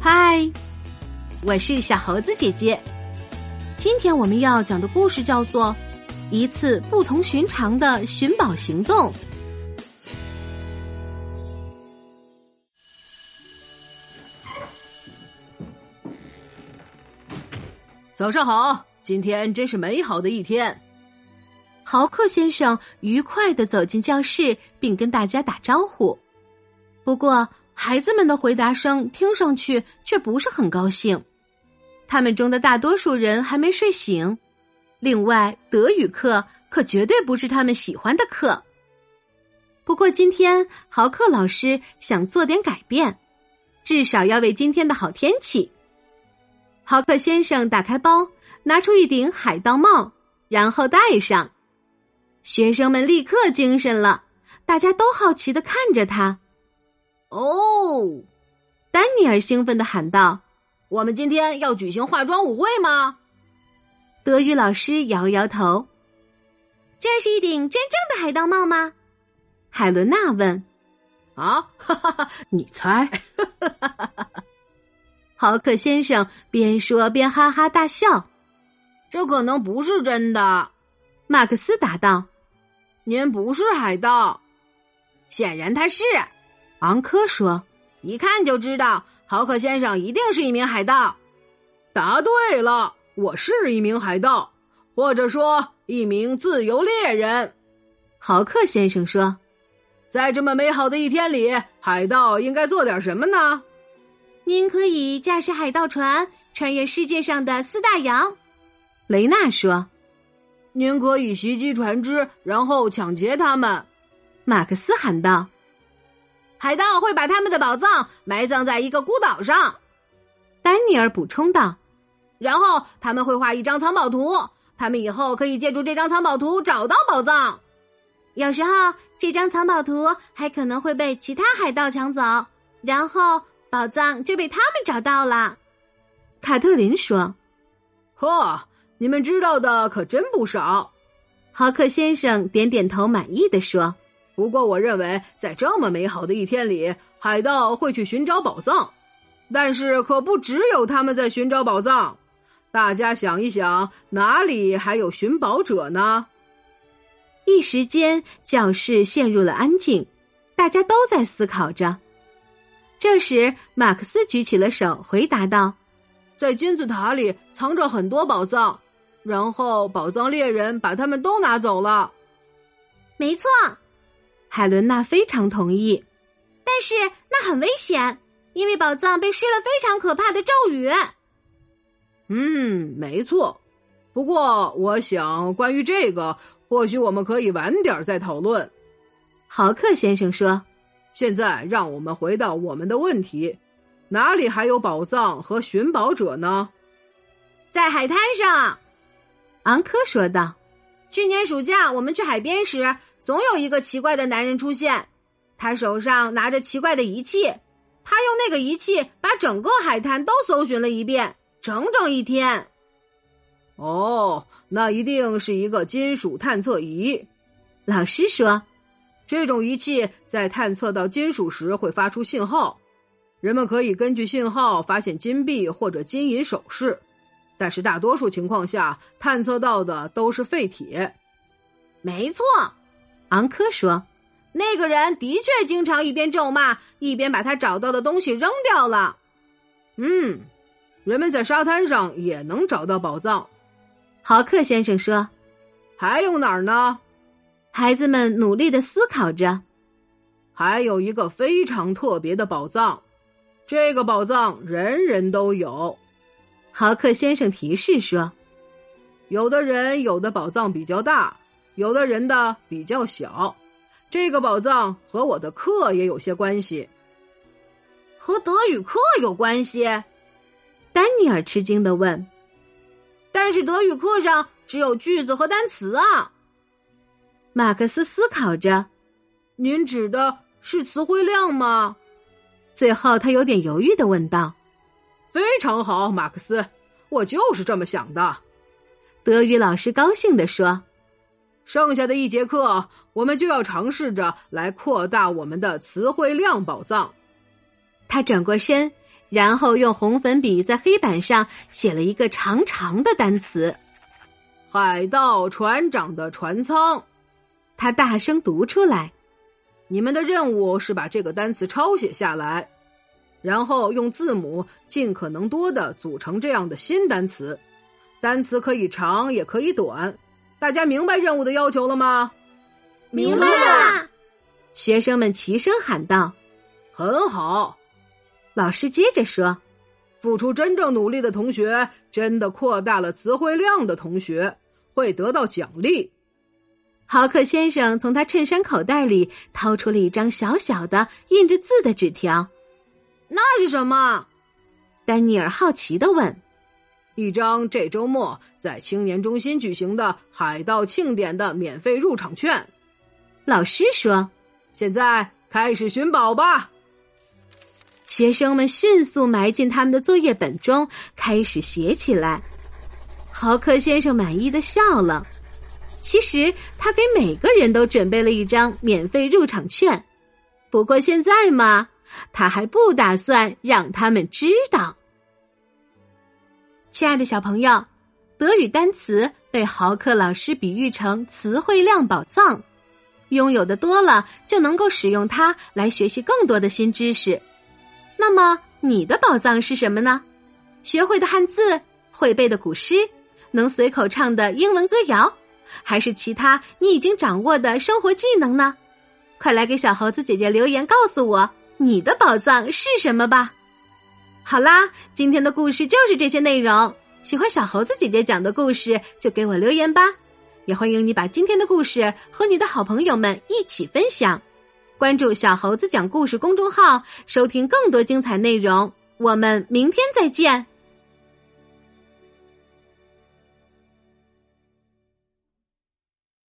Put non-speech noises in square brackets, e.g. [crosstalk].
嗨，我是小猴子姐姐。今天我们要讲的故事叫做《一次不同寻常的寻宝行动》。早上好，今天真是美好的一天。豪克先生愉快的走进教室，并跟大家打招呼。不过，孩子们的回答声听上去却不是很高兴。他们中的大多数人还没睡醒。另外，德语课可绝对不是他们喜欢的课。不过，今天豪克老师想做点改变，至少要为今天的好天气。豪克先生打开包，拿出一顶海盗帽，然后戴上。学生们立刻精神了，大家都好奇的看着他。哦，丹尼尔兴奋的喊道我们今天要举行化妆舞会吗？：“德语老师摇摇头。”这是一顶真正的海盗帽吗？海伦娜问。 [laughs] 啊，哈哈哈，你猜？ [laughs] 豪克先生边说边哈哈大笑。这可能不是真的。马克思答道您不是海盗，显然他是。：“昂科说。”一看就知道，豪克先生一定是一名海盗。答对了，我是一名海盗，或者说一名自由猎人。豪克先生说在这么美好的一天里，海盗应该做点什么呢？：“您可以驾驶海盗船穿越世界上的四大洋。”雷娜说。您可以袭击船只，然后抢劫他们。马克思喊道海盗会把他们的宝藏埋葬在一个孤岛上，：“丹尼尔补充道。”然后他们会画一张藏宝图。他们以后可以借助这张藏宝图找到宝藏。有时候这张藏宝图还可能会被其他海盗抢走，然后宝藏就被他们找到了。卡特琳说呵，你们知道的可真不少。：“豪克先生点点头，满意的说。不过，我认为在这么美好的一天里，海盗会去寻找宝藏，但是可不只有他们在寻找宝藏。大家想一想，哪里还有寻宝者呢？”一时间，教室陷入了安静，大家都在思考着。这时，马克思举起了手，回答道在金字塔里藏着很多宝藏，然后宝藏猎人把他们都拿走了。：“没错。”海伦娜非常同意，但是那很危险，因为宝藏被施了非常可怕的咒语。嗯，没错。不过，我想关于这个，或许我们可以晚点儿再讨论。豪克先生说。现在让我们回到我们的问题：哪里还有宝藏和寻宝者呢？啊在海滩上，昂科说道去年暑假我们去海边时，总有一个奇怪的男人出现，他手上拿着奇怪的仪器，他用那个仪器把整个海滩都搜寻了一遍，整整一天。哦，那一定是一个金属探测仪。：“老师说，这种仪器在探测到金属时会发出信号，人们可以根据信号发现金币或者金银首饰，但是大多数情况下探测到的都是废铁。没错。”昂科说那个人的确经常一边咒骂，一边把他找到的东西扔掉了。嗯，人们在沙滩上也能找到宝藏，：“豪克先生说，还有哪儿呢？孩子们努力的思考着。还有一个非常特别的宝藏，这个宝藏人人都有。豪克先生提示说有的人有的宝藏比较大，有的人的比较小。这个宝藏和我的课也有些关系，和德语课有关系。：“丹尼尔吃惊的问，但是德语课上只有句子和单词啊。马克思思考着，您指的是词汇量吗？最后他有点犹豫的问道非常好，马克思，我就是这么想的。：‘德语老师高兴的说，剩下的一节课，我们就要尝试着来扩大我们的词汇量宝藏。他转过身，然后用红粉笔在黑板上写了一个长长的单词“海盗船长的船舱”。他大声读出来：“你们的任务是把这个单词抄写下来，然后用字母尽可能多的组成这样的新单词。单词可以长也可以短。大家明白任务的要求了吗？”“明白了。”学生们齐声喊道：“很好。”老师接着说：“付出真正努力的同学，真的扩大了词汇量的同学，会得到奖励。”豪克先生从他衬衫口袋里掏出了一张小小的、印着字的纸条。 “那是什么？”丹尼尔好奇的问。 “一张这周末在青年中心举行的海盗庆典的免费入场券。”老师说：“现在开始寻宝吧。”学生们迅速埋进他们的作业本中，开始写起来。豪克先生满意的笑了。其实他给每个人都准备了一张免费入场券，不过现在嘛，他还不打算让他们知道。亲爱的小朋友，德语单词被豪克老师比喻成词汇量宝藏，拥有的多了，就能够使用它来学习更多的新知识。那么你的宝藏是什么呢？学会的汉字，会背的古诗，能随口唱的英文歌谣，还是其他你已经掌握的生活技能呢？快来给小猴子姐姐留言，告诉我你的宝藏是什么吧！好啦，今天的故事就是这些内容。喜欢小猴子姐姐讲的故事，就给我留言吧。也欢迎你把今天的故事和你的好朋友们一起分享。关注“小猴子讲故事”公众号，收听更多精彩内容。我们明天再见。